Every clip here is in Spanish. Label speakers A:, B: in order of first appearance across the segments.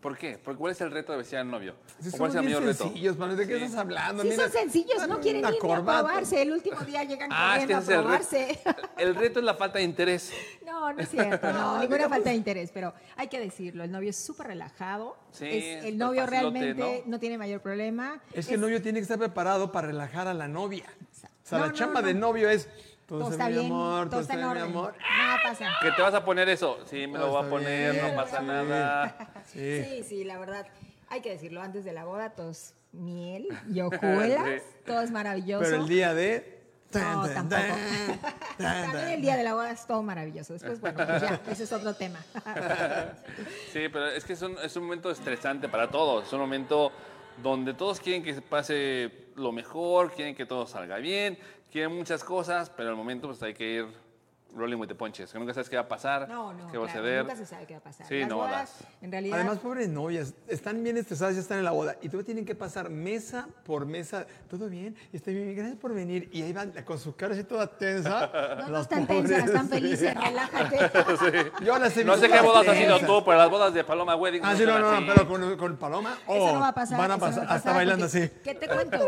A: ¿Por qué? Porque ¿cuál es el reto de vestir al novio?
B: Sí,
A: ¿O ¿Cuál es el
B: son Pues bien
A: mayor reto?
B: sencillos, mano, ¿de qué estás hablando?
C: Sí,
B: Mira,
C: son sencillos, no
B: una
C: quieren ir ni a
B: corbata.
C: probarse. El último día llegan
A: Ah, es que
C: corriendo
A: ese es
C: a
A: el
C: probarse.
A: reto. El reto es la falta de interés.
C: No, no es cierto, no, ninguna falta de interés, pero hay que decirlo, el novio es súper relajado,
A: Sí,
C: es-
A: es
C: el novio
A: facilote,
C: realmente
A: ¿no?
C: ¿no? tiene mayor problema.
B: Es que el novio tiene que estar preparado para relajar a la novia. O sea, la
C: No, no,
B: chamba
C: no.
B: de novio es, todo,
C: todo
B: está
C: está
B: mi
C: bien,
B: amor,
C: todo está en
B: bien, mi
C: orden,
B: amor.
C: nada pasa.
A: ¿Que te vas a poner eso? Sí, me lo
B: Todo
A: voy a
B: Ah, está
A: poner,
B: bien,
A: no pasa
B: sí.
A: nada.
B: Sí.
C: Sí, sí, la verdad, hay que decirlo, antes de la boda todos miel y
A: Sí.
C: hojuelas, todo es maravilloso.
B: Pero el día de...
C: No,
B: tan, tan,
C: tampoco.
B: tan, tan,
C: También
B: tan.
C: el día de la boda es todo maravilloso. Después, bueno, pues ya, ese es otro tema.
A: Sí, pero es que es un, es un momento estresante para todos. Es un momento donde todos quieren que se pase lo mejor, quieren que todo salga bien, quieren muchas cosas, pero al momento pues hay que ir rolling with the punches. Que nunca sabes qué va a pasar,
C: No, no,
A: qué va a
C: claro,
A: suceder.
C: nunca se sabe qué va a pasar.
A: Sí,
C: Las
A: no,
C: bodas,
A: las-
C: en realidad,
B: Además, pobres novias, están bien estresadas, ya están en la boda y todavía tienen que pasar mesa por mesa. ¿Todo bien? Estoy bien, gracias por venir. Y ahí van con su cara así toda tensa.
C: no, no
B: las
C: están tensas,
B: pobres,
C: están
B: sí.
C: felices, relájate.
B: Yo las he
A: No sé
B: visto
A: qué bodas has
B: tensas.
A: sido tú, pero las bodas de Paloma Wedding.
B: Ah, sí, no,
A: son
B: no,
A: así.
B: no, pero con, con Paloma.
C: eso
B: oh,
C: no va a pasar.
B: Van a
C: eso no
B: pasar,
C: va a
B: hasta bailando
C: porque-
B: así.
C: ¿Qué te cuento?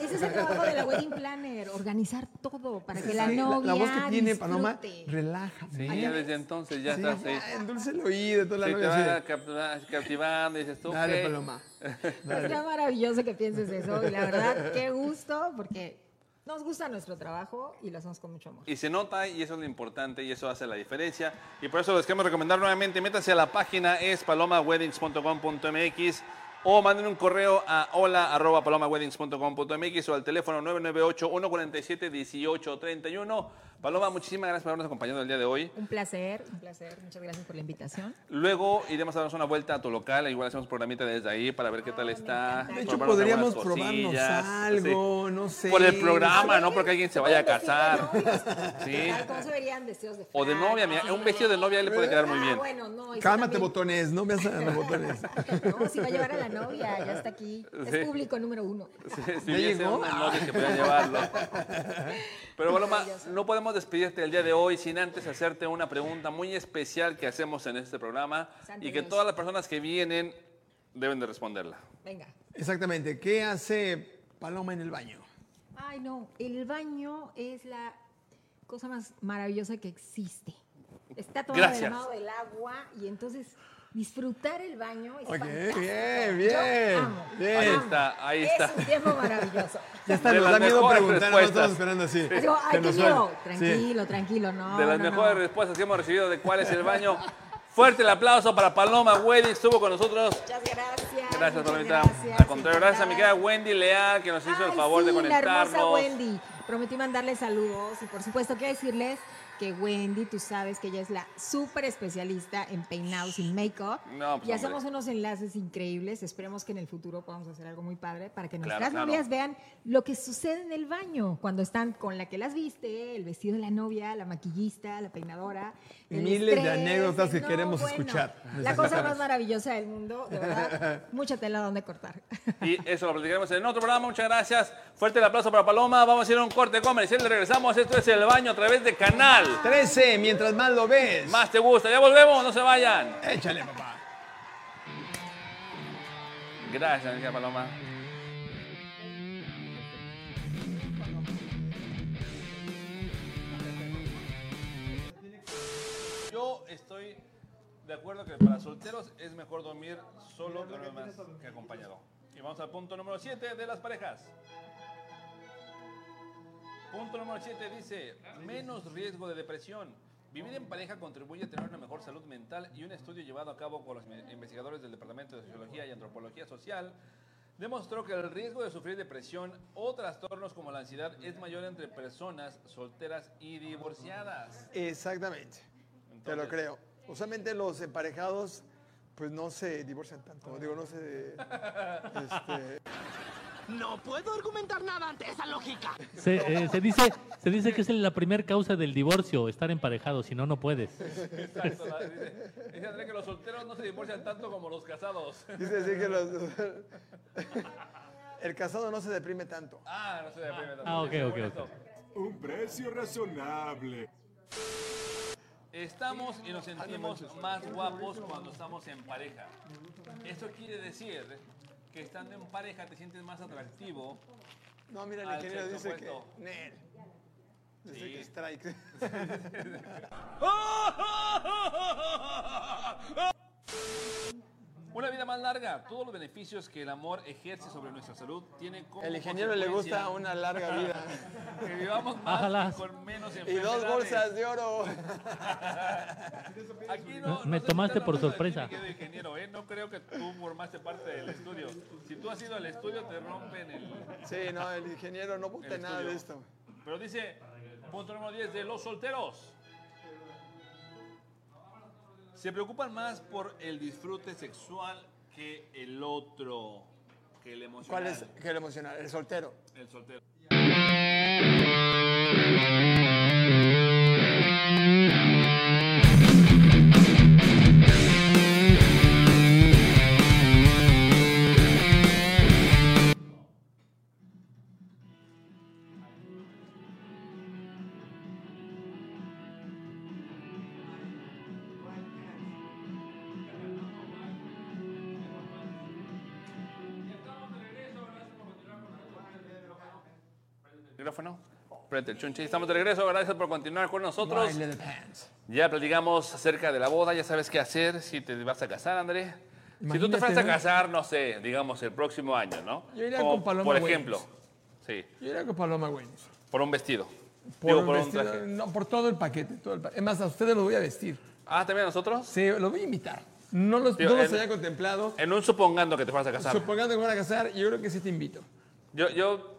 C: Ese es el trabajo de la wedding planner, organizar todo para que la
B: Sí,
C: novia
B: la voz que tiene Paloma,
C: disfrute.
B: relaja.
A: Sí,
B: Ay,
A: desde entonces ya
B: sí,
A: estás ahí.
B: ya, endulce el oído, toda la
A: Sí, te
B: novia
A: va
B: así.
A: captura- captivando y dices tú,
B: Dale,
A: ok.
B: Paloma.
C: Pues Está maravilloso que pienses eso y la verdad, qué gusto porque nos gusta nuestro trabajo y lo hacemos con mucho amor.
A: Y se nota, y eso es lo importante, y eso hace la diferencia. Y por eso les queremos recomendar nuevamente, métanse a la página, es palomaweddings.com.mx o manden un correo a hola arroba palomaweddings.com.mx o al teléfono 998-147-1831. Paloma, muchísimas gracias por habernos acompañado el día de hoy.
C: Un placer, un placer. Muchas gracias por la invitación.
A: Luego iremos a darnos una vuelta a tu local, igual hacemos programita desde ahí para ver qué tal está.
C: encanta.
B: Ah, De hecho,
A: probarnos algunas
B: podríamos probarnos
A: cosillas,
B: algo,
A: sí.
B: no sé.
A: Por el programa, no porque alguien se vaya a
C: ¿Dónde
A: casar.
C: sí, novios?
A: Sí.
C: Ay, ¿Cómo se verían vestidos de
A: O de
C: frac?
A: novia, mira,
C: Sí.
A: un vestido de novia le puede quedar muy
C: Ah,
A: bien.
C: bueno, no. y
B: Cálmate,
C: también-
B: botones, no me hacen los botones.
C: No, si va a llevar a la novia, ya está aquí.
A: Sí.
C: Es público número uno.
A: Sí, si
B: ¿Ya
A: hubiese
B: llegó?
A: una novia que pudiera llevarlo. Pero Paloma,
C: Maravilloso.
A: no podemos despedirte el día de hoy sin antes hacerte una pregunta muy especial que hacemos en este programa
C: Santo
A: y que
C: Dios.
A: todas las personas que vienen deben de responderla.
C: Ah, Venga.
B: Exactamente, ¿qué hace Paloma en el baño?
C: Ay, no, el baño es la cosa más maravillosa que existe. Está todo
A: Gracias.
C: derramado del agua y entonces disfrutar el baño es
B: Ok,
C: fantástico.
B: bien,
C: Yo
B: bien,
C: amo,
B: bien.
A: Ahí
C: amo.
A: está, ahí
C: Es
A: está.
C: un tiempo maravilloso.
B: Ya está,
A: De
B: nos
A: las
B: da miedo
A: mejores
B: preguntar, no
A: respuestas.
B: estamos esperando así.
C: Digo, ay,
B: Que
C: qué
B: nos
C: miedo.
B: suelte. Sí.
C: Tranquilo, tranquilo, no.
A: de las
C: Ah, no, no.
A: mejores respuestas que hemos recibido de cuál es el baño. Fuerte el aplauso para Paloma Wedding, estuvo con nosotros.
C: Muchas gracias.
A: Gracias,
C: muchas
A: Palomita.
C: gracias,
A: Al contrario, gracias a mi querida
C: encantada.
A: Wendy Leal que nos hizo el
C: Ay,
A: favor de
C: sí, La hermosa
A: conectarnos.
C: Wendy. Prometí mandarle saludos y por supuesto que decirles que Wendy, tú sabes que ella es la súper especialista en peinados y make-up.
A: No, pues,
C: y
A: hombre.
C: hacemos unos enlaces increíbles. Esperemos que en el futuro podamos hacer algo muy padre para que nuestras
A: claro.
C: novias vean lo que sucede en el baño cuando están con la que las viste, el vestido de la novia, la maquillista, la peinadora. el
B: Miles de anécdotas que queremos escuchar.
C: La cosa más maravillosa del mundo, de verdad. Mucha tela donde cortar.
A: Y eso lo platicaremos en otro programa. Muchas gracias. Fuerte el aplauso para Paloma. Vamos a ir a un corte comercial. y Regresamos. Esto es El Baño a través de Canal.
B: 13, mientras más lo ves.
A: Más te gusta. Ya volvemos. No se vayan.
B: Échale, papá.
A: Gracias, mi querida Paloma. Yo estoy de acuerdo que para solteros es mejor dormir solo que, más que acompañado. Y vamos al punto número 7 de las parejas. Punto número 7 dice, menos riesgo de depresión. Vivir en pareja contribuye a tener una mejor salud mental y un estudio llevado a cabo por los me- investigadores del Departamento de Sociología y Antropología Social demostró que el riesgo de sufrir depresión o trastornos como la ansiedad es mayor entre personas solteras y divorciadas.
B: Exactamente. Te lo
A: Entonces-
B: creo. Usualmente los emparejados, pues no se divorcian tanto. Digo, no se. este,
D: No puedo argumentar nada ante esa lógica.
E: Se, eh, se dice, se dice que es la primera causa del divorcio, estar emparejado, si no, no puedes.
A: Exacto, la- dice, dice André que los solteros no se divorcian tanto como los casados.
B: dice así que los. El casado no se deprime tanto.
A: Ah, no se deprime tanto.
E: Ah, ok, ok,
A: Bueno,
E: ok.
F: Un precio razonable.
A: Estamos y
B: Ah,
A: nos sentimos más guapos cuando estamos en pareja. Esto quiere decir que estando en pareja te sientes más atractivo.
B: No, mira,
A: Al
B: el ingeniero
A: sexto
B: dice que.
A: puesto.
B: Nel.
A: Ah,
B: Dice
A: Sí.
B: que strike.
A: Una vida más larga. Todos los beneficios que el amor ejerce sobre nuestra salud tiene como
B: El ingeniero le gusta
A: consecuencia
B: una larga vida.
A: que vivamos más
E: Ojalá.
A: y con menos
B: Y
A: enfermedades.
B: dos bolsas de oro.
A: Aquí no-
E: Me
A: no sé si
E: tomaste
A: está
E: por
A: hablando de
E: sorpresa.
A: clínica de ingeniero, ¿eh? No creo que tú formaste parte del estudio. Si tú has ido al estudio, te rompen el,
B: Sí, no, el ingeniero no busca
A: El
B: nada de
A: estudio.
B: esto.
A: Pero dice, punto número 10, de los solteros. Se preocupan más por el disfrute sexual que el otro, que el emocional.
B: ¿Cuál es que lo emocional? El soltero.
A: El soltero. Micrófono. Prende el chunche. Estamos de regreso. Gracias por continuar con nosotros.
B: Baile de pants.
A: Ya platicamos acerca de la boda. Ya sabes qué hacer si te vas a casar, André. Si tú te
B: Imagínate,
A: fueras a
B: ¿no?
A: casar, no sé, digamos el próximo año, ¿no?
B: Yo iría
A: O,
B: con Paloma
A: Por
B: Williams.
A: ejemplo, sí,
B: Yo era con Paloma Güenes.
A: por un vestido.
B: Por,
A: Digo,
B: un
A: por un
B: vestido-
A: traje.
B: no, por todo el paquete. Todo el pa- Es más, a ustedes los voy a vestir.
A: Ah, también a nosotros.
B: Sí, los voy a invitar. No los,
A: Tío,
B: no los
A: en-
B: había contemplado.
A: En un supongando que te fueras a casar.
B: Supongando que me van a casar, yo creo que sí te invito.
A: Yo, yo,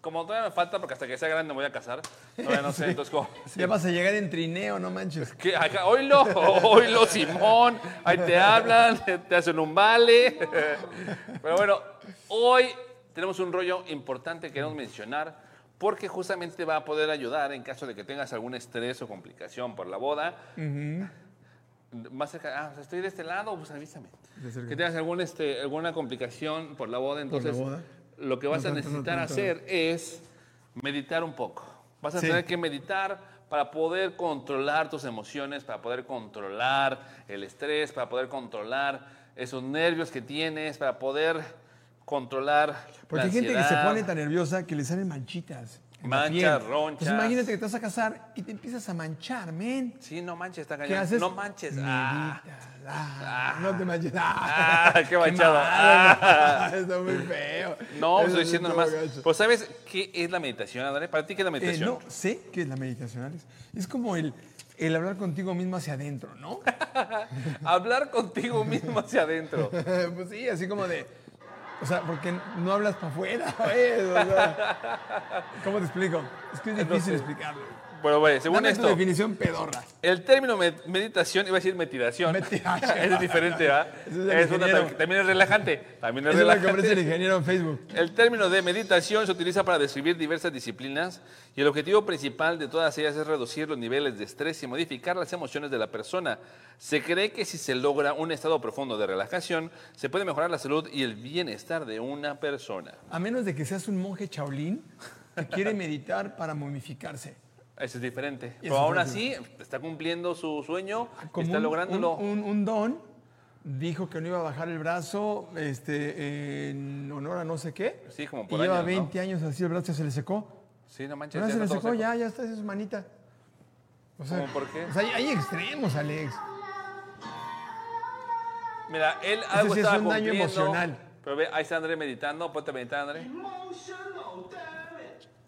A: como todavía me falta, porque hasta que sea grande me voy a casar. Todavía no sé, entonces, ¿cómo?
B: Ya vas a llegar en trineo, no manches.
A: ¿Qué? Acá, oílo, oílo, Simón. Ahí te hablan, te hacen un vale. Pero bueno, hoy tenemos un rollo importante que queremos mencionar porque justamente va a poder ayudar en caso de que tengas algún estrés o complicación por la boda. Más cerca, ah, o sea, estoy de este lado, pues avísame. Que tengas algún, este, alguna complicación por la boda,
B: la
A: entonces
B: boda.
A: lo que vas
B: No
A: a
B: tanto, no
A: necesitar
B: tanto.
A: hacer es meditar un poco. Vas a
B: Sí.
A: tener que meditar para poder controlar tus emociones, para poder controlar el estrés, para poder controlar esos nervios que tienes, para poder controlar
B: Porque
A: la
B: hay gente que se
A: ansiedad.
B: pone tan nerviosa que le salen manchitas. en la
A: Manchas,
B: piel.
A: ronchas.
B: Entonces, imagínate que te vas a casar y te empiezas a manchar, men.
A: Sí, no manches, está
B: ¿Qué
A: cañón.
B: haces?
A: No manches.
B: Meditas.
A: Ah.
B: Ah, no te manches.
A: Ah, qué manchada.
B: manchada. Ah, Está muy feo.
A: No, pues,
B: Eso
A: estoy
B: sí
A: diciendo
B: estuvo
A: nomás.
B: gacho.
A: Pero ¿sabes qué es la meditación, André? ¿Para ti qué es la
B: Eh,
A: meditación?
B: no, sé que es la meditación, Alex. Es como el, el hablar contigo mismo hacia adentro, ¿no?
A: Hablar contigo mismo hacia adentro.
B: pues sí, así como de. O sea, porque no hablas para afuera, ¿ves? O sea, ¿Cómo te explico? Es que es difícil explicarlo.
A: Bueno, güey, según
B: Dame tu
A: esto,
B: definición pedorra.
A: el término med- meditación, iba a decir metiración.
B: Metiración.
A: es diferente, ¿ah?
B: Ese es el
A: Es una-
B: ingeniero.
A: también es relajante. También es
B: Eso es lo que
A: relajante.
B: ofrece el ingeniero en Facebook.
A: El término de meditación se utiliza para describir diversas disciplinas y el objetivo principal de todas ellas es reducir los niveles de estrés y modificar las emociones de la persona. Se cree que si se logra un estado profundo de relajación, se puede mejorar la salud y el bienestar de una persona.
B: A menos de que seas un monje chaolín que quiere meditar para momificarse.
A: Eso es diferente.
B: Y
A: Pero
B: eso
A: aún
B: es
A: así, está cumpliendo su sueño,
B: Como
A: está
B: un-
A: lográndolo.
B: Un, un- un don dijo que no iba a bajar el brazo este, en honor a no sé qué.
A: Sí, como
B: Y
A: por
B: lleva
A: años, ¿no?
B: 20 años así, el brazo se le secó.
A: Sí, no manches.
B: Ahora
A: ya
B: se le
A: está todo
B: secó,
A: seco.
B: ya, ya está hace su manita. O sea,
A: ¿Cómo por qué?
B: o sea, hay, hay extremos, Alex.
A: Mira, él algo
B: sí es
A: estaba
B: un daño
A: cumpliendo,
B: emocional.
A: Pero ve, ahí está André meditando. Ponte a meditar, André.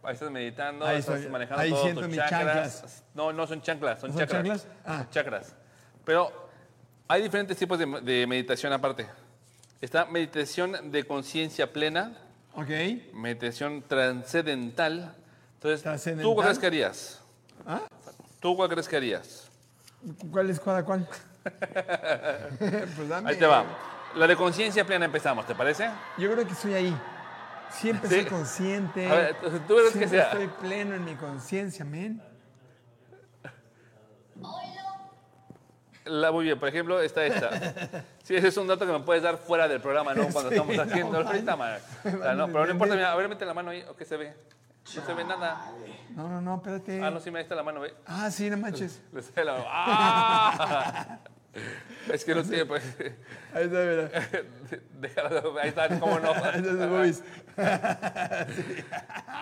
A: Ahí estás meditando,
B: Ahí
A: estás
B: estoy.
A: manejando
B: Ahí
A: todos
B: siento
A: tus
B: mis
A: chakras.
B: chanclas.
A: No, no son chanclas, son,
B: ¿No son
A: chakras.
B: chanclas? Ah.
A: Son chakras. Pero hay diferentes tipos de, de meditación aparte. Está meditación de conciencia plena,
B: Ok.
A: meditación trascendental. Entonces, ¿tú
B: ¿Trascendental?
A: cuál crees que harías?
B: ¿Ah?
A: ¿Tú cuál crees que harías?
B: ¿Cuál es cada cuál? pues dame.
A: Ahí te va. La de conciencia plena empezamos, ¿te parece?
B: Yo creo que soy ahí. Siempre
A: Sí.
B: soy consciente.
A: A ver, entonces, ¿tú crees que
B: Siempre
A: sea?
B: Estoy pleno en mi conciencia, men.
A: La, muy bien, por ejemplo, está esta. Sí, ese es un dato que me puedes dar fuera del programa, ¿no? Cuando
B: Sí,
A: estamos
B: no,
A: haciendo
B: vale.
A: ahorita, ma. O sea, no, pero no importa, mira, a ver, mete la mano ahí, ¿o qué se ve? No se ve nada.
B: No, no, no, espérate.
A: Ah, no, sí, me está la mano, ve.
B: Ah, sí, no manches.
A: Le sale la- ¡Ah! Es que no tiene, pues.
B: Ahí está, mira.
A: Déjalo, ahí está, cómo no.
B: Ahí está su boobies.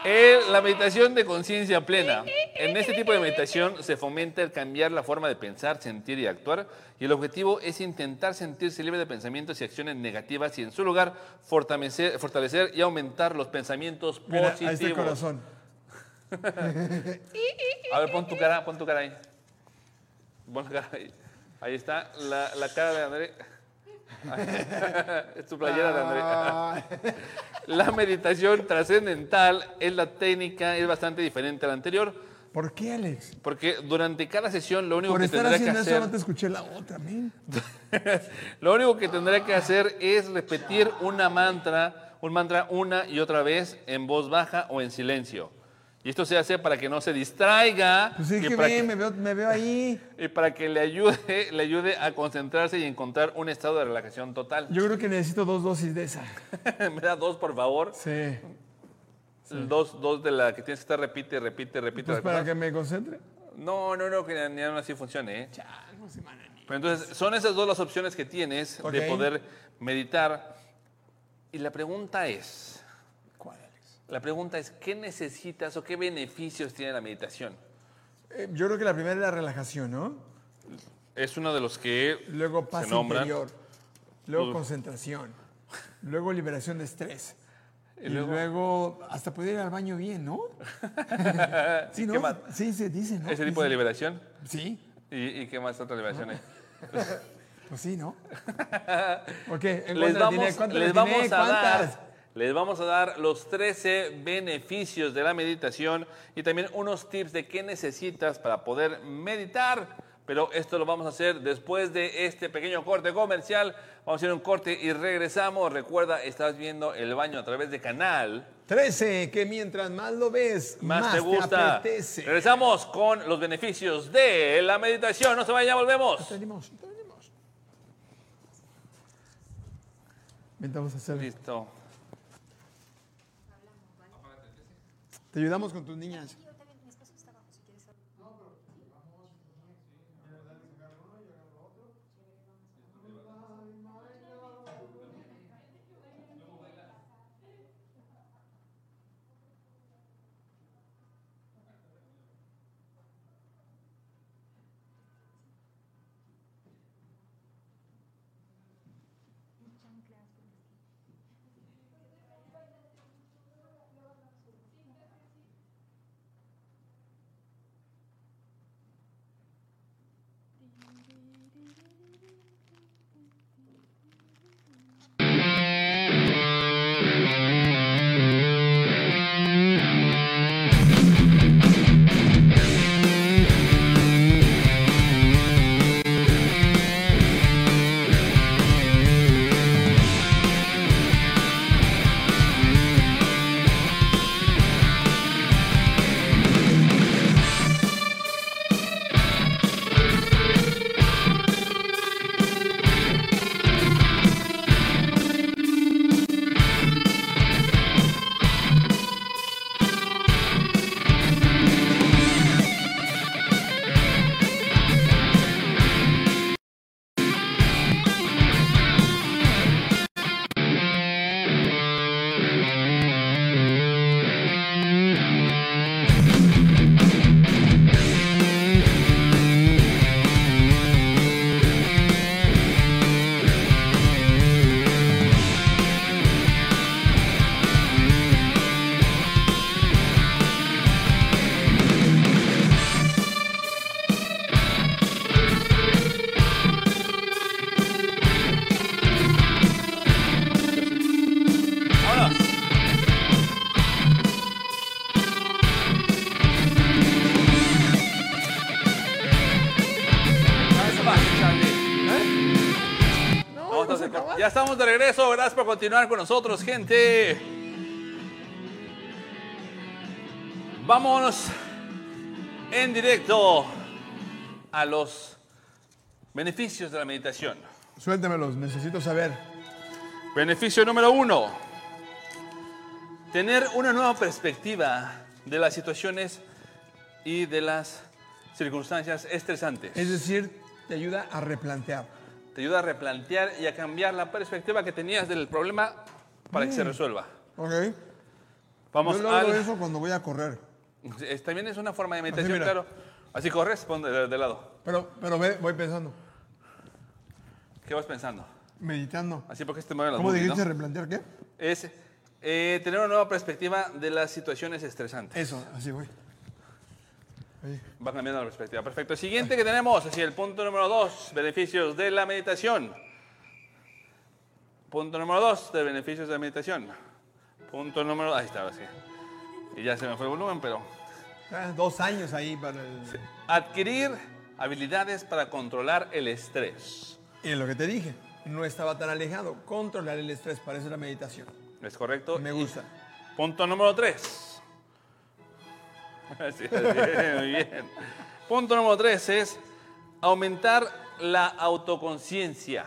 A: Eh, la meditación de conciencia plena. En este tipo de meditación se fomenta el cambiar la forma de pensar, sentir y actuar, y el objetivo es intentar sentirse libre de pensamientos y acciones negativas y en su lugar fortalecer, fortalecer y aumentar los pensamientos
B: Mira,
A: positivos.
B: ahí está el corazón.
A: A ver, pon tu cara, pon tu cara ahí. Pon la cara ahí. Ahí está la, la cara de André. es tu playera de André. La meditación trascendental es la técnica, es bastante diferente a la anterior,
B: ¿Por qué, Alex?
A: porque durante cada sesión lo único
B: Por
A: que
B: estar
A: tendrá que
B: haciendo eso
A: hacer,
B: no te escuché la otra, men.
A: lo único que tendrá que hacer es repetir una mantra, un mantra una y otra vez en voz baja o en silencio. Y esto se hace para que no se distraiga
B: Pues es
A: y
B: que
A: para
B: ven, me veo, me veo ahí.
A: Y para que le ayude, le ayude a concentrarse y encontrar un estado de relajación total.
B: Yo creo que necesito dos dosis de esa.
A: Me da dos, por favor.
B: Sí.
A: Dos, dos de la que tienes que estar, repite, repite, repite.
B: Pues para que
A: repite.
B: me concentre.
A: No, no, no, que ni- ni aún así funcione. ¿eh? Pero entonces, son esas dos las opciones que tienes
B: Ok.
A: de poder meditar. Y la pregunta es,
B: ¿Cuál, Alex?
A: la pregunta es, ¿qué necesitas o qué beneficios tiene la meditación?
B: Eh, yo creo que la primera es la relajación, ¿no?
A: Es uno de los que
B: Luego paz
A: se nombran.
B: interior. Luego concentración. Luego liberación de estrés. Y luego, hasta poder ir al baño bien, ¿no? sí,
A: ¿Qué
B: ¿no?
A: más?
B: Sí, se dice, ¿no?
A: Ese tipo de
B: Dice-
A: liberación.
B: Sí,
A: ¿Y, y qué más otra liberación hay?
B: pues sí, ¿no? ok, ¿en
A: les
B: cuánto le atiné?
A: vamos,
B: ¿Cuánto le
A: les
B: atiné?
A: vamos a
B: ¿Cuántas?
A: dar, les vamos a dar los 13 beneficios de la meditación y también unos tips de qué necesitas para poder meditar. Pero esto lo vamos a hacer después de este pequeño corte comercial. Vamos a ir a un corte y regresamos. Recuerda, estás viendo el baño a través de canal.
B: 13, que mientras más lo ves,
A: Más,
B: más,
A: te gusta.
B: apetece.
A: regresamos con los beneficios de la meditación. No se vayan, ya volvemos.
B: Tenemos, tenemos. Intentamos hacer.
A: Listo.
B: Te ayudamos con tus niñas.
A: Vámonos. Eso va, Charlie. Vamos a hacer- Ya estamos de regreso, gracias por continuar con nosotros, gente. Vámonos en directo a los beneficios de la meditación.
B: Suéltamelos, necesito saber.
A: Beneficio número uno. Tener una nueva perspectiva de las situaciones y de las circunstancias estresantes.
B: Es decir, te ayuda a replantear.
A: Te ayuda a replantear y a cambiar la perspectiva que tenías del problema para que se resuelva.
B: Ok.
A: Vamos
B: Yo Mm. lo hago
A: al-
B: eso cuando voy a correr.
A: Es- también es una forma de meditación,
B: mira.
A: claro. Así corres, pon de, de lado.
B: Pero, pero ve- voy pensando,
A: ¿Qué vas pensando?
B: meditando.
A: Así porque se te mueven las
B: ¿Cómo
A: boobies,
B: dijiste
A: ¿no?
B: replantear qué?
A: Es eh, tener una nueva perspectiva de las situaciones estresantes.
B: Eso, así voy. Ahí.
A: Va cambiando la perspectiva. Perfecto. Siguiente que tenemos, así el punto número dos, beneficios de la meditación. Punto número dos de beneficios de la meditación. Punto número... Ahí estaba, sí. Y ya se me fue el volumen, pero...
B: Ah, dos años ahí para el...
A: Adquirir habilidades para controlar el estrés.
B: Y es lo que te dije, no estaba tan alejado. Controlar el estrés, para eso es la meditación.
A: ¿Es correcto?
B: Me
A: Y-
B: gusta.
A: Punto número 3. muy bien. Punto número 3 es aumentar la autoconciencia,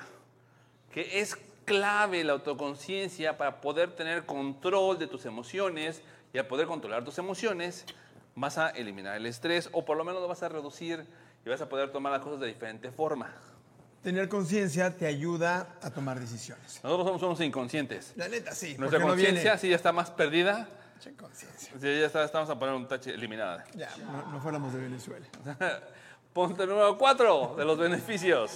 A: que es clave la autoconciencia para poder tener control de tus emociones y al poder controlar tus emociones vas a eliminar el estrés o por lo menos lo vas a reducir y vas a poder tomar las cosas de diferente forma.
B: Tener conciencia te ayuda a tomar decisiones.
A: Nosotros somos unos inconscientes.
B: La neta, sí.
A: Nuestra
B: porque no
A: conciencia
B: viene.
A: sí ya está más perdida.
B: Che, conciencia.
A: Sí, ya está, estamos a poner un tache eliminada.
B: Ya, no, no fuéramos de Venezuela.
A: Punto número 4 de los beneficios.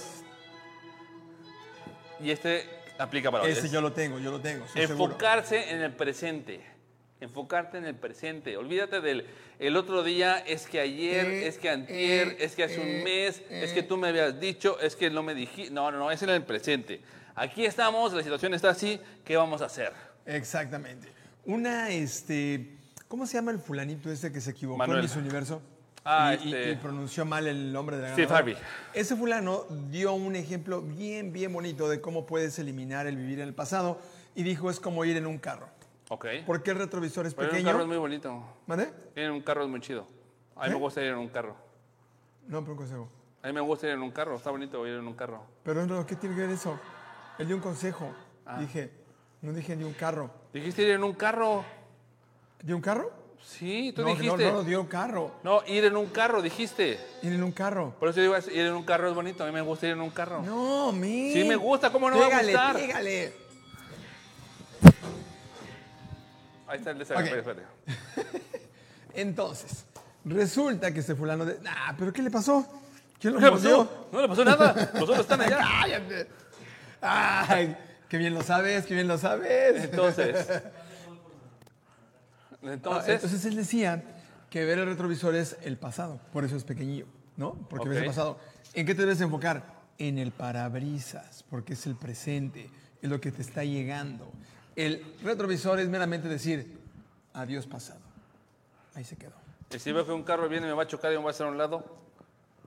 A: Y este aplica para hoy.
B: Ese
A: Es
B: yo lo tengo, yo lo tengo. estoy seguro.
A: Enfocarse en el presente. Enfocarte en el presente. Olvídate del el otro día, es que ayer,
B: Eh,
A: es que antier,
B: eh,
A: es que hace
B: eh,
A: un mes, es
B: eh.
A: que tú me habías dicho, es que no me dijiste. No, no, no, es en el presente. Aquí estamos, la situación está así, ¿qué vamos a hacer?
B: Exactamente. Una, este. ¿Cómo se llama el fulanito este que se equivocó
A: Manuel.
B: en Miss Universo?
A: Ah,
B: y, y-
A: este-
B: y pronunció mal el nombre de la
A: Steve
B: ganadora.
A: Harvey.
B: Ese fulano dio un ejemplo bien, bien bonito de cómo puedes eliminar el vivir en el pasado y dijo es como ir en un carro.
A: Ok.
B: Porque el retrovisor es
A: Pero Pues, en un
B: pequeño.
A: carro es muy bonito.
B: ¿Mande?
A: En un carro es muy chido. A mí
B: ¿Sí?
A: me gusta ir en un carro.
B: No, pero un consejo.
A: A mí me gusta ir en un carro, está bonito ir en un carro.
B: Pero no, ¿qué tiene que ver eso? Él dio un consejo.
A: Ah.
B: Dije, no dije ni un carro.
A: Dijiste ir en un carro.
B: ¿Dio un carro?
A: Sí, tú
B: no, no,
A: dijiste.
B: no
A: No,
B: lo dio un carro.
A: ir en un carro, dijiste.
B: Ir en un carro.
A: Por eso digo, es- ir en un carro es bonito. A mí me gusta ir en un carro.
B: No, mi.
A: Sí me gusta, ¿cómo no me va a
B: Pégale,
A: gustar?
B: Pégale.
A: Ahí está el de Sara,
B: Ok.
A: espérate, espérate.
B: Entonces, resulta que este fulano de. Ah, pero ¿qué le pasó? ¿Quién lo
A: ¿Qué le
B: mordió?
A: pasó? No le pasó nada. Los otros están allá.
B: ¡Cállate! ¡Ay! ¡Qué bien lo sabes! ¡Qué bien lo sabes!
A: Entonces.
B: No,
A: Entonces.
B: Ah, Entonces, él decía que ver el retrovisor es el pasado, por eso es pequeñillo, ¿no? Porque ves
A: Ok.
B: el pasado. ¿En qué te debes enfocar? En el parabrisas, porque es el presente, es lo que te está llegando. El retrovisor es meramente decir, adiós pasado. Ahí se quedó.
A: ¿y si veo que un carro viene y me va a chocar y me va a hacer a un lado.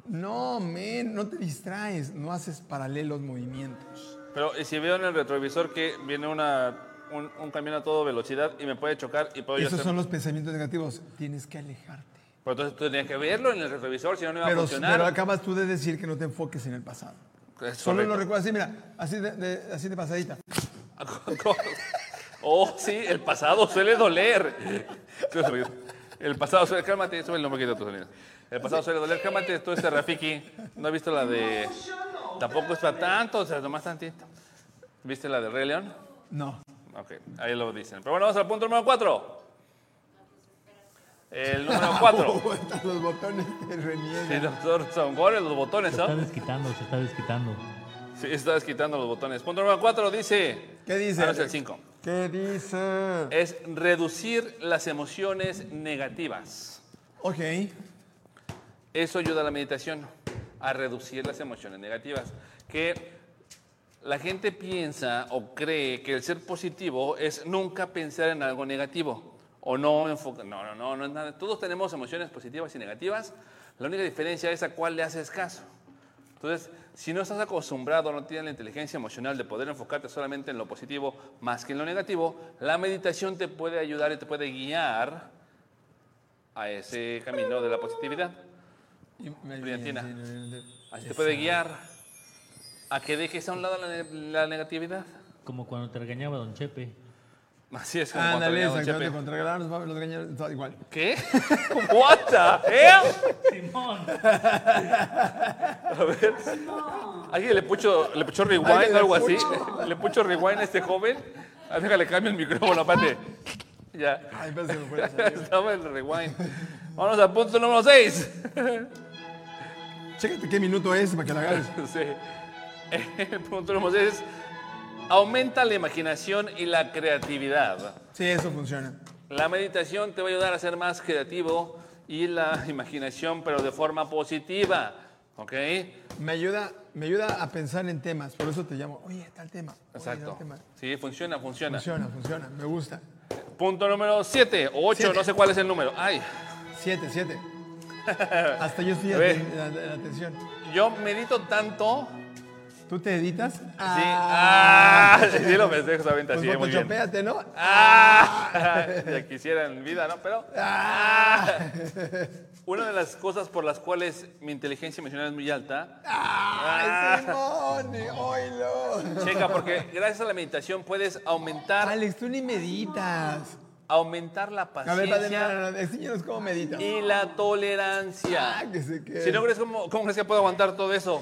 B: No, men, no te distraes, no haces paralelos movimientos.
A: Pero ¿y si veo en el retrovisor que viene una, un, un camión a toda velocidad y me puede chocar y puedo yo
B: Esos
A: hacer-
B: son los pensamientos negativos. Tienes que alejarte.
A: Pero entonces tú tenías que verlo en el retrovisor, si no, no iba a
B: Pero,
A: funcionar.
B: pero acabas tú de decir que no te enfoques en el pasado.
A: Es
B: Solo lo
A: correcto.
B: recuerdas así, mira, así de, de- así de pasadita.
A: Oh, sí, el pasado suele doler. El pasado suele. Cálmate, sube el nombre que tu sonido. El pasado suele doler. Cálmate, tú este Rafiki. ¿No has visto la de.? Tampoco es para tanto, o sea, nomás tantito. ¿Viste la de Rey León?
B: No.
A: Ok, ahí lo dicen. Pero bueno, vamos al punto número 4. El número 4.
B: Vueltas los botones te
A: Sí,
B: reniegan.
A: doctor, son goles los botones,
E: Se está
A: ¿no?
E: desquitando, se está desquitando.
A: Sí, estás quitando los botones. Punto número 4 dice.
B: ¿Qué dice?
A: Ah, no, es el 5.
B: ¿Qué dice?
A: Es reducir las emociones negativas.
B: Ok.
A: Eso ayuda a la meditación, a reducir las emociones negativas. Que la gente piensa o cree que el ser positivo es nunca pensar en algo negativo o no enfocar. No, no, no, no es nada. Todos tenemos emociones positivas y negativas. La única diferencia es a cuál le haces caso. Entonces, si no estás acostumbrado, no tienes la inteligencia emocional de poder enfocarte solamente en lo positivo más que en lo negativo, la meditación te puede ayudar y te puede guiar a ese camino de la positividad.
B: Y me-
A: Brillantina.
B: me- me- me-
A: Así te puede guiar a que dejes a un lado la, ne- la negatividad.
E: Como cuando te regañaba Don Chepe.
A: Así es como cuando
B: Ándale,
A: venía Don
B: exactamente.
A: Chepe.
B: Contra Granos, va a ver los gañanes, todo igual.
A: ¿Qué? What the hell?
E: Simón.
A: A ver. ¿Alguien le pucho, le pucho rewind
B: ¿Alguien
A: o
B: le
A: algo así?
B: pucho?
A: ¿Le pucho rewind a este joven? Ah, déjale, cambio el micrófono, aparte. Ya.
B: Ay, pensé que me fuera a salir.
A: Estaba el rewind. Vamos al punto número 6.
B: Chécate qué minuto es para que la agarres.
A: Sí. El punto número 6 es aumenta la imaginación y la creatividad.
B: Sí, eso funciona.
A: La meditación te va a ayudar a ser más creativo y la imaginación, pero de forma positiva. ¿Ok?
B: Me ayuda, me ayuda a pensar en temas, por eso te llamo. Oye, tal tema. oye,
A: Exacto.
B: tal tema.
A: Sí, funciona, funciona.
B: Funciona, funciona, me gusta.
A: Punto número 7 o 8,
B: Siete.
A: no sé cuál es el número. Ay,
B: Siete, siete. Hasta yo estoy
A: A
B: en
A: ver.
B: la, en la atención.
A: yo medito tanto.
B: ¿Tú te editas? Sí.
A: Sí, ah, sí, sí lo pensé justamente
B: pues
A: así, muy bien.
B: photoshopéate, ¿no?
A: Ah, ya quisieran vida, ¿no? Pero. Ah. Una de las cosas por las cuales mi inteligencia emocional es muy alta. Ah.
B: ¡Ay, Simón! ¡Oilo!
A: Checa, porque gracias a la meditación puedes aumentar,
B: Alex, tú ni meditas.
A: aumentar la
B: A ver, padre, no,
A: paciencia
B: no, no, enséñanos cómo meditas.
A: y la tolerancia.
B: Ah, que se quede.
A: Si no crees, ¿cómo, cómo crees que puedo aguantar todo eso?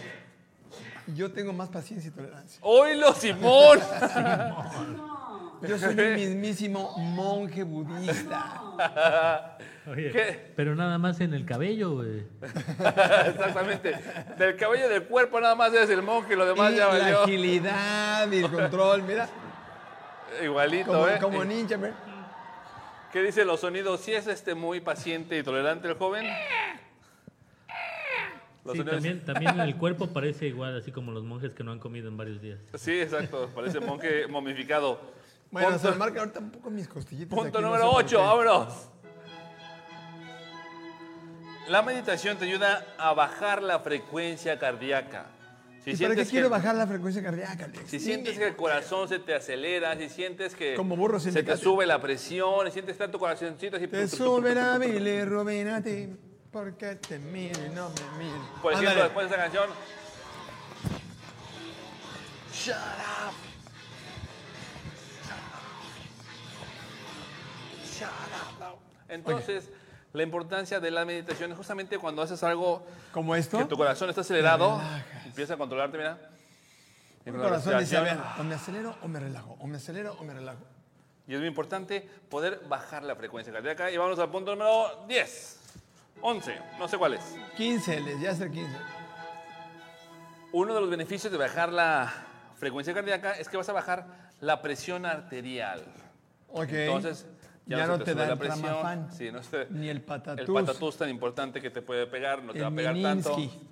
B: Yo tengo más paciencia y tolerancia.
A: ¡Oilo, Simón!
B: Yo soy el mismísimo monje budista.
E: Oye,
A: ¿Qué?
E: pero nada más en el cabello, güey.
A: Exactamente. Del cabello del cuerpo nada más es el monje, lo demás
B: y
A: ya
B: la
A: valió.
B: agilidad y el control, mira.
A: Igualito,
B: Como,
A: ¿eh?
B: como ninja, mira.
A: ¿Qué dicen los sonidos? Si es este muy paciente y tolerante el joven. Los
E: Sí,
A: sonidos-
E: también, también en el cuerpo parece igual, así como los monjes que no han comido en varios días.
A: Sí, exacto. Parece monje momificado.
B: Bueno, se
A: punto
B: me marcan ahorita un poco mis costillitas.
A: punto
B: aquí, no
A: número
B: sé por
A: 8,
B: qué.
A: vámonos. La meditación te ayuda a bajar la frecuencia cardíaca. Si
B: ¿Y para qué
A: sientes
B: quiero
A: que-
B: bajar la frecuencia cardíaca, Alex?
A: Si
B: Dime.
A: sientes que el corazón se te acelera, si sientes que
B: Como burro sin
A: se te
B: tecate.
A: sube la presión, si sientes tanto corazoncito así.
B: Te suben a mí, le roben a ti. Porque te miro y no me miro.
A: Por ejemplo,
B: Ándale.
A: Pues después de esta canción,
B: Shut up.
A: entonces la importancia de la meditación es justamente cuando haces algo
B: ¿Como esto?
A: que tu corazón está acelerado,
B: relajas.
A: empieza a controlarte, mira.
B: Mi
A: En la
B: corazón dice, a ver,
A: respiración.
B: o me acelero o me relajo, o me acelero o me relajo.
A: Y es muy importante poder bajar la frecuencia cardíaca. Y vamos al punto número 10, 11, no sé cuál es.
B: 15, les ya hace 15.
A: Uno de los beneficios de bajar la frecuencia cardíaca es que vas a bajar la presión arterial.
B: Ok.
A: Entonces, ya, no, se te,
B: da
A: sube la
B: el
A: presión.
B: tramafán,
A: Sí, no se-
B: ni el
A: El
B: patatús,
A: patatús tan importante que te puede pegar, no te
B: el
A: va a pegar
B: Meninsky.
A: tanto.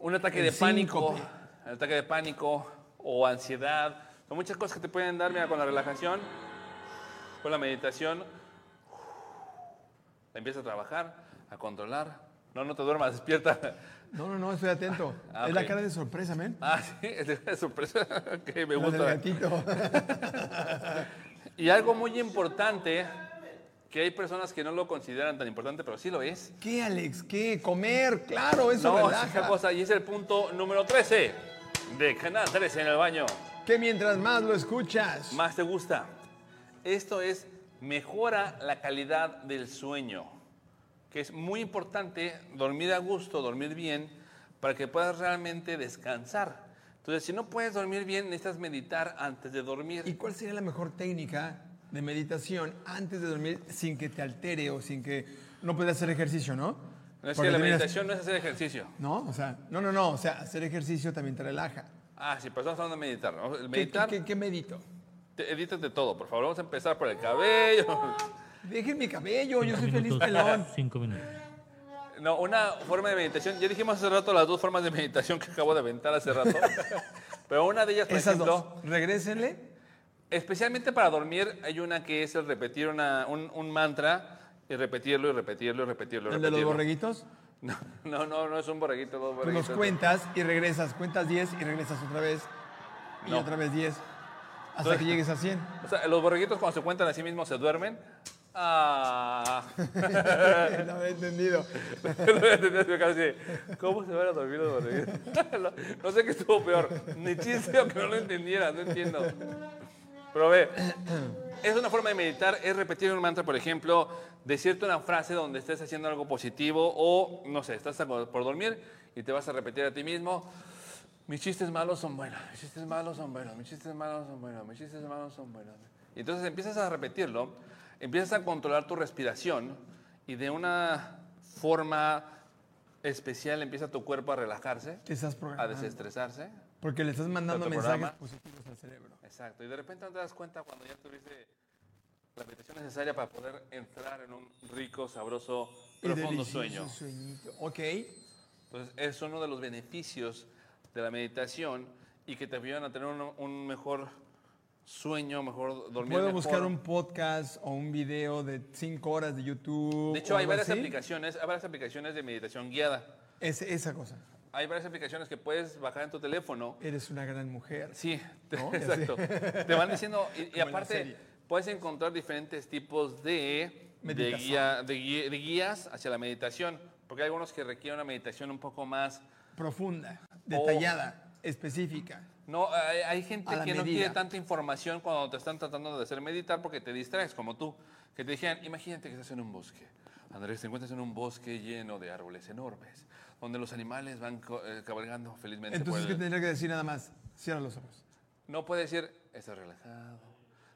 A: Un ataque de
B: El
A: pánico,
B: síncope.
A: el ataque de pánico o ansiedad, son muchas cosas que te pueden dar, mira, con la relajación, con la meditación, la empiezas a trabajar, a controlar. No, no te duermas, despierta.
B: No, no, no, estoy atento.
A: Ah,
B: Es la
A: ok.
B: cara de sorpresa, men.
A: Ah, sí, es sorpresa. Ok, me
B: La del
A: gusta.
B: gatito.
A: Y algo muy importante, que hay personas que no lo consideran tan importante, pero sí lo es.
B: ¿Qué, Alex? ¿Qué? Comer, claro, eso
A: No, es
B: relaja.
A: esa cosa. Y es el punto número 13 de Canal 13 en el baño.
B: Que mientras más lo escuchas,
A: Más te gusta. Esto es mejora la calidad del sueño, que es muy importante dormir a gusto, dormir bien, para que puedas realmente descansar. Entonces, si no puedes dormir bien, necesitas meditar antes de dormir.
B: ¿Y cuál sería la mejor técnica de meditación antes de dormir sin que te altere o sin que no puedas hacer ejercicio, no?
A: no es
B: Porque
A: que la
B: terminas-
A: meditación no es hacer ejercicio.
B: No, o sea, no, no, no, o sea, hacer ejercicio también te relaja.
A: Ah, sí, pero estamos hablando de meditar. ¿no? El
B: ¿Qué-
A: meditar,
B: ¿Qué, qué, qué medito?
A: te- edítate todo, por favor. Vamos a empezar por el cabello.
B: Dejen mi cabello, yo soy
E: Cinco
B: feliz
E: minutos,
B: pelón.
E: Cinco minutos.
A: No, una forma de meditación. Ya dijimos hace rato las dos formas de meditación que acabo de aventar hace rato. Pero una de ellas, por
B: Esas
A: ejemplo,
B: dos, regrésenle.
A: especialmente para dormir, hay una que es el repetir una- un, un mantra y repetirlo y repetirlo y repetirlo. y
B: El de los
A: repetirlo.
B: borreguitos,
A: No, no, no, no es un borreguito, dos
B: tú los
A: borreguitos.
B: cuentas y regresas, cuentas 10 y regresas otra vez. Y
A: No.
B: otra vez 10. Hasta
A: Entonces-
B: que llegues a 100.
A: O sea, los borreguitos cuando se cuentan a sí mismos se duermen. Ah.
B: no había entendido.
A: Así, ¿Cómo se van a dormir los borreguitos? No, no sé qué estuvo peor, ni chiste o que no lo entendiera, no entiendo. Pero ve, Es una forma de meditar, es repetir un mantra, por ejemplo, decirte una frase donde estés haciendo algo positivo o, no sé, estás por por dormir y te vas a repetir a ti mismo. Mis chistes malos son buenos, mis chistes malos son buenos, mis chistes malos son buenos, mis chistes malos son buenos. Y entonces empiezas a repetirlo, empiezas a controlar tu respiración y de una forma especial empieza tu cuerpo a relajarse,
B: Te estás
A: a
B: programando.
A: desestresarse.
B: Porque le estás mandando
A: Tanto
B: mensajes
A: programa.
B: positivos al cerebro.
A: Exacto, y de repente no te das cuenta cuando ya tuviste la meditación necesaria para poder entrar en un rico, sabroso,
B: Y
A: profundo
B: delicioso
A: sueño.
B: sueñito. Ok.
A: Entonces, es uno de los beneficios de la meditación y que te ayudan a tener un, un mejor sueño, mejor dormir
B: Puedo
A: mejor.
B: buscar un podcast o un video de 5 horas de YouTube.
A: De hecho,
B: o
A: hay
B: algo
A: varias
B: así.
A: aplicaciones, hay varias aplicaciones de meditación guiada.
B: Es, esa cosa.
A: Hay varias aplicaciones que puedes bajar en tu teléfono.
B: Eres una gran mujer.
A: Sí, te-
B: ¿No? Ya sé.
A: exacto. Te van diciendo, y- y,
B: Como en la
A: aparte
B: serie.
A: puedes encontrar diferentes tipos de, de,
B: Meditación.
A: guía- de guía- de guías hacia la meditación, porque hay algunos que requieren una meditación un poco más...
B: Profunda,
A: Oh.
B: detallada, específica.
A: No, hay, hay gente
B: A la
A: que no
B: medida.
A: quiere tanta información cuando te están tratando de hacer meditar porque te distraes, como tú, que te dijeran, imagínate que estás en un bosque. Andrés, te encuentras en un bosque lleno de árboles enormes, donde los animales van co- eh, cabalgando felizmente. por
B: Entonces,
A: el-
B: ¿qué tendría que decir nada más? Cierra los ojos.
A: No puede decir, estás relajado,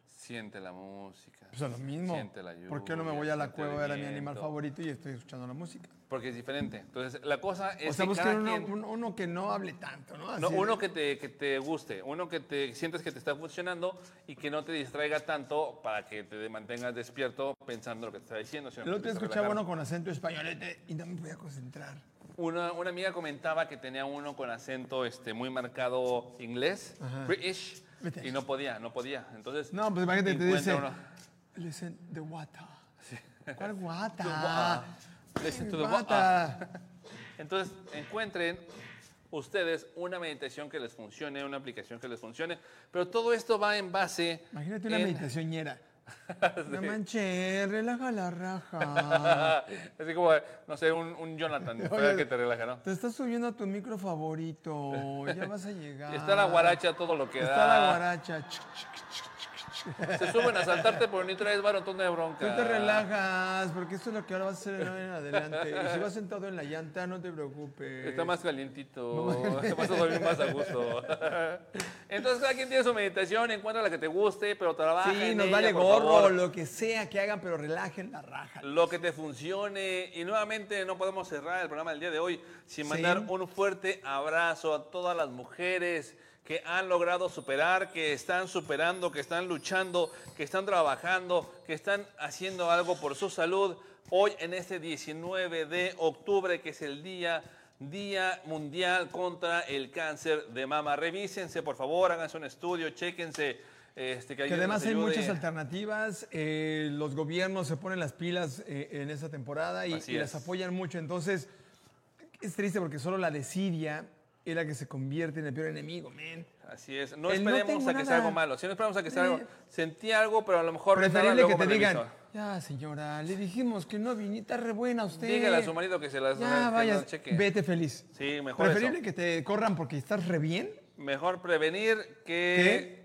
A: siente la música.
B: Pues a lo mismo.
A: Siente la lluvia.
B: ¿Por qué no me voy a la
A: siente el
B: cueva a ver a mi animal
A: viento?
B: favorito y estoy escuchando la música?
A: Porque es diferente. Entonces, la cosa es
B: O sea,
A: que
B: buscar
A: cada
B: uno,
A: quien-
B: uno- uno que no hable tanto, ¿no?
A: no,
B: Así de-
A: uno que te, que te guste, uno que te sientes que te está funcionando y que no te distraiga tanto para que te mantengas despierto pensando lo que te está diciendo. sino que
B: El otro día
A: te
B: escuchaba
A: relajar.
B: uno con acento españolete y no me podía concentrar.
A: Una, una amiga comentaba que tenía uno con acento este, muy marcado inglés, British,
B: British.
A: y no podía, no podía. Entonces,
B: No, pues imagínate que te
A: encuentra
B: dice,
A: uno-
B: listen, the water. ¿Cuál guata?
A: ah, Listen to the wa- Entonces, encuentren ustedes una meditación que les funcione, una aplicación que les funcione, pero todo esto va en base...
B: Imagínate una
A: en-
B: meditación ñera. No
A: Sí.
B: manches, relaja la raja.
A: Así como, no sé, un, un Jonathan, espera que te relaja, ¿no?
B: Te estás subiendo a tu micro favorito. Ya vas a llegar.
A: Y está la guaracha todo lo que da.
B: Ah. Está la guaracha.
A: Se suben a saltarte por un y traes barotón de
B: Tú
A: bronca.
B: te relajas, porque esto es lo que ahora vas a hacer de ahora en adelante. Y si vas sentado en la llanta, no te preocupes.
A: Está más calientito, vas a dormir más a gusto. Entonces cada quien tiene su meditación, encuentra la que te guste, pero trabaja
B: Sí,
A: en
B: nos
A: ella,
B: vale
A: por
B: gorro,
A: favor.
B: lo que sea que hagan, pero relajen la raja.
A: lo que te funcione. Y nuevamente no podemos cerrar el programa del día de hoy sin mandar
B: Sí.
A: un fuerte abrazo a todas las mujeres que han logrado superar, que están superando, que están luchando, que están trabajando, que están haciendo algo por su salud. Hoy en este 19 de octubre, que es el día Día Mundial contra el Cáncer de Mama. Revísense, por favor, háganse un estudio, chéquense. Este, que,
B: Que
A: ayude-
B: además
A: nos
B: hay
A: ayude.
B: muchas alternativas, eh, los gobiernos se ponen las pilas eh, en esta temporada y,
A: Así
B: y
A: es.
B: las apoyan mucho. Entonces, es triste porque solo la desidia es la que se convierte en el peor enemigo, man.
A: Así es. No
B: El Eh, no
A: esperemos a que
B: tengo
A: sea
B: nada.
A: algo malo. Si no esperamos a que sea algo.
B: Eh.
A: Sentí algo, pero a lo mejor. nada,
B: Preferible
A: luego
B: que te
A: me
B: digan,
A: reviso.
B: ya señora, le dijimos que no vinita re buena usted.
A: Dígale a su marido que se las. que
B: Ya
A: las
B: vayas,
A: cheque.
B: vete feliz.
A: Sí, mejor
B: Preferible
A: eso.
B: que te corran porque estás re bien
A: Mejor prevenir que.
B: que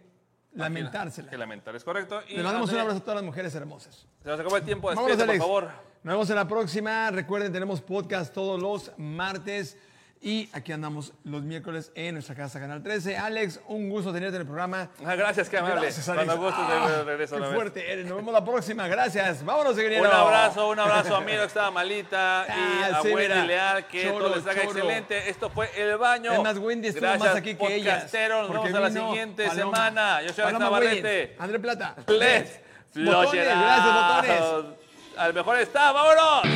B: lamentársela.
A: Que lamentar, es correcto. Y
B: Le mandamos un
A: Andrea,
B: abrazo a todas las mujeres hermosas.
A: Se nos acabó el tiempo.
B: Vámonos,
A: Despídete, Pues, por
B: Alex.
A: favor.
B: Nos vemos en la próxima. Recuerden, tenemos podcast todos los martes. Y aquí andamos los miércoles en nuestra casa, Canal 13. Alex, un gusto tenerte en el programa.
A: Ah, Gracias, que amable.
B: Gracias, Alex.
A: Cuando gusto
B: Ah,
A: regreso.
B: qué
A: otra vez.
B: fuerte eres. Nos vemos la próxima. Gracias. Vámonos,
A: Un
B: ingeniero.
A: abrazo, un abrazo a Miro que estaba malita y
B: Ah,
A: a
B: sí,
A: Wendy
B: mira.
A: Leal que
B: Choro,
A: todo les haga
B: choro.
A: excelente. Esto fue El Baño.
B: Es más, Wendy estuvo
A: Gracias,
B: más aquí que ella.
A: podcasteros. Nos vemos a la siguiente semana. Yo soy Alex Navarrete.
B: André Plata.
A: Let's
B: Botones, gracias, botones.
A: Al mejor está, vámonos.